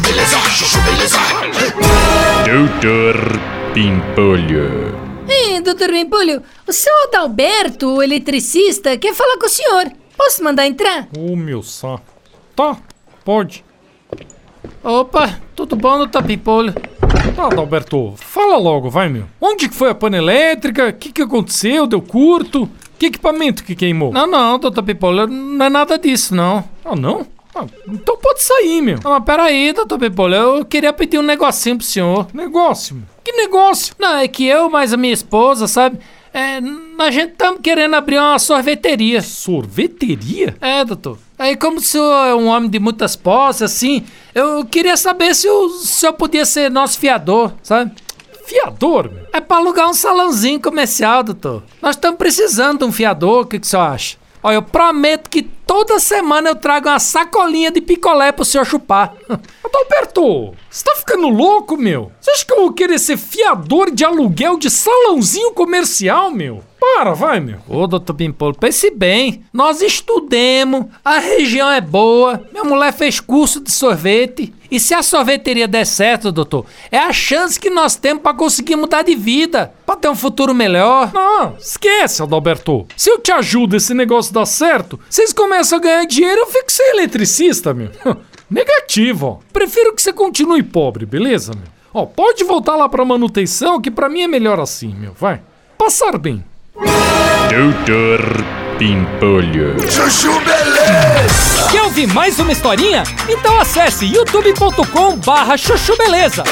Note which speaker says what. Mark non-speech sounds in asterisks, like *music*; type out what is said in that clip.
Speaker 1: beleza, chuchu beleza.
Speaker 2: Doutor Pimpolho.
Speaker 3: Ei, doutor Bimpolho, o seu Adalberto, o eletricista, quer falar com o senhor. Posso mandar entrar?
Speaker 2: Ô meu saco. Tá, pode.
Speaker 4: Opa, tudo bom, doutor Pimpolho?
Speaker 2: Tá, Adalberto, fala logo, vai meu. Onde que foi a pane elétrica? O que que aconteceu? Deu curto? Que equipamento que queimou?
Speaker 4: Não, não, doutor Pimpolho, não é nada disso, não.
Speaker 2: Ah, não? Ah, então pode sair, meu.
Speaker 4: Não, mas peraí, doutor Pimpolho, eu queria pedir um negocinho pro senhor.
Speaker 2: Negócio, meu. Que negócio?
Speaker 4: Não, é que eu mais a minha esposa, sabe? É, n- a gente estamos querendo abrir uma sorveteria.
Speaker 2: Sorveteria?
Speaker 4: É, doutor. Aí, como o senhor é um homem de muitas posses, assim, eu queria saber se o senhor podia ser nosso fiador, sabe?
Speaker 2: Fiador, meu.
Speaker 4: É pra alugar um salãozinho comercial, doutor. Nós estamos precisando de um fiador, o que, que o senhor acha? Olha, eu prometo que toda semana eu trago uma sacolinha de picolé pro senhor chupar. *laughs*
Speaker 2: Adalberto, você tá ficando louco, meu? Você acha que eu vou querer ser fiador de aluguel de salãozinho comercial, meu? Para, vai, meu.
Speaker 4: Ô, doutor Pimpolo, pense bem. Nós estudemos, a região é boa, minha mulher fez curso de sorvete. E se a sorveteria der certo, doutor, é a chance que nós temos pra conseguir mudar de vida, pra ter um futuro melhor.
Speaker 2: Não, esquece, Adalberto. Se eu te ajudo e esse negócio dá certo, vocês começam a ganhar dinheiro, eu fico sem eletricista, meu. *laughs* Negativo, ó. Prefiro que você continue pobre, beleza, meu? Ó, pode voltar lá pra manutenção, que pra mim é melhor assim, meu. Vai. Passar bem.
Speaker 5: Doutor Pimpolho.
Speaker 1: Chuchu beleza.
Speaker 4: Quer ouvir mais uma historinha? Então acesse youtube.com barra chuchu beleza.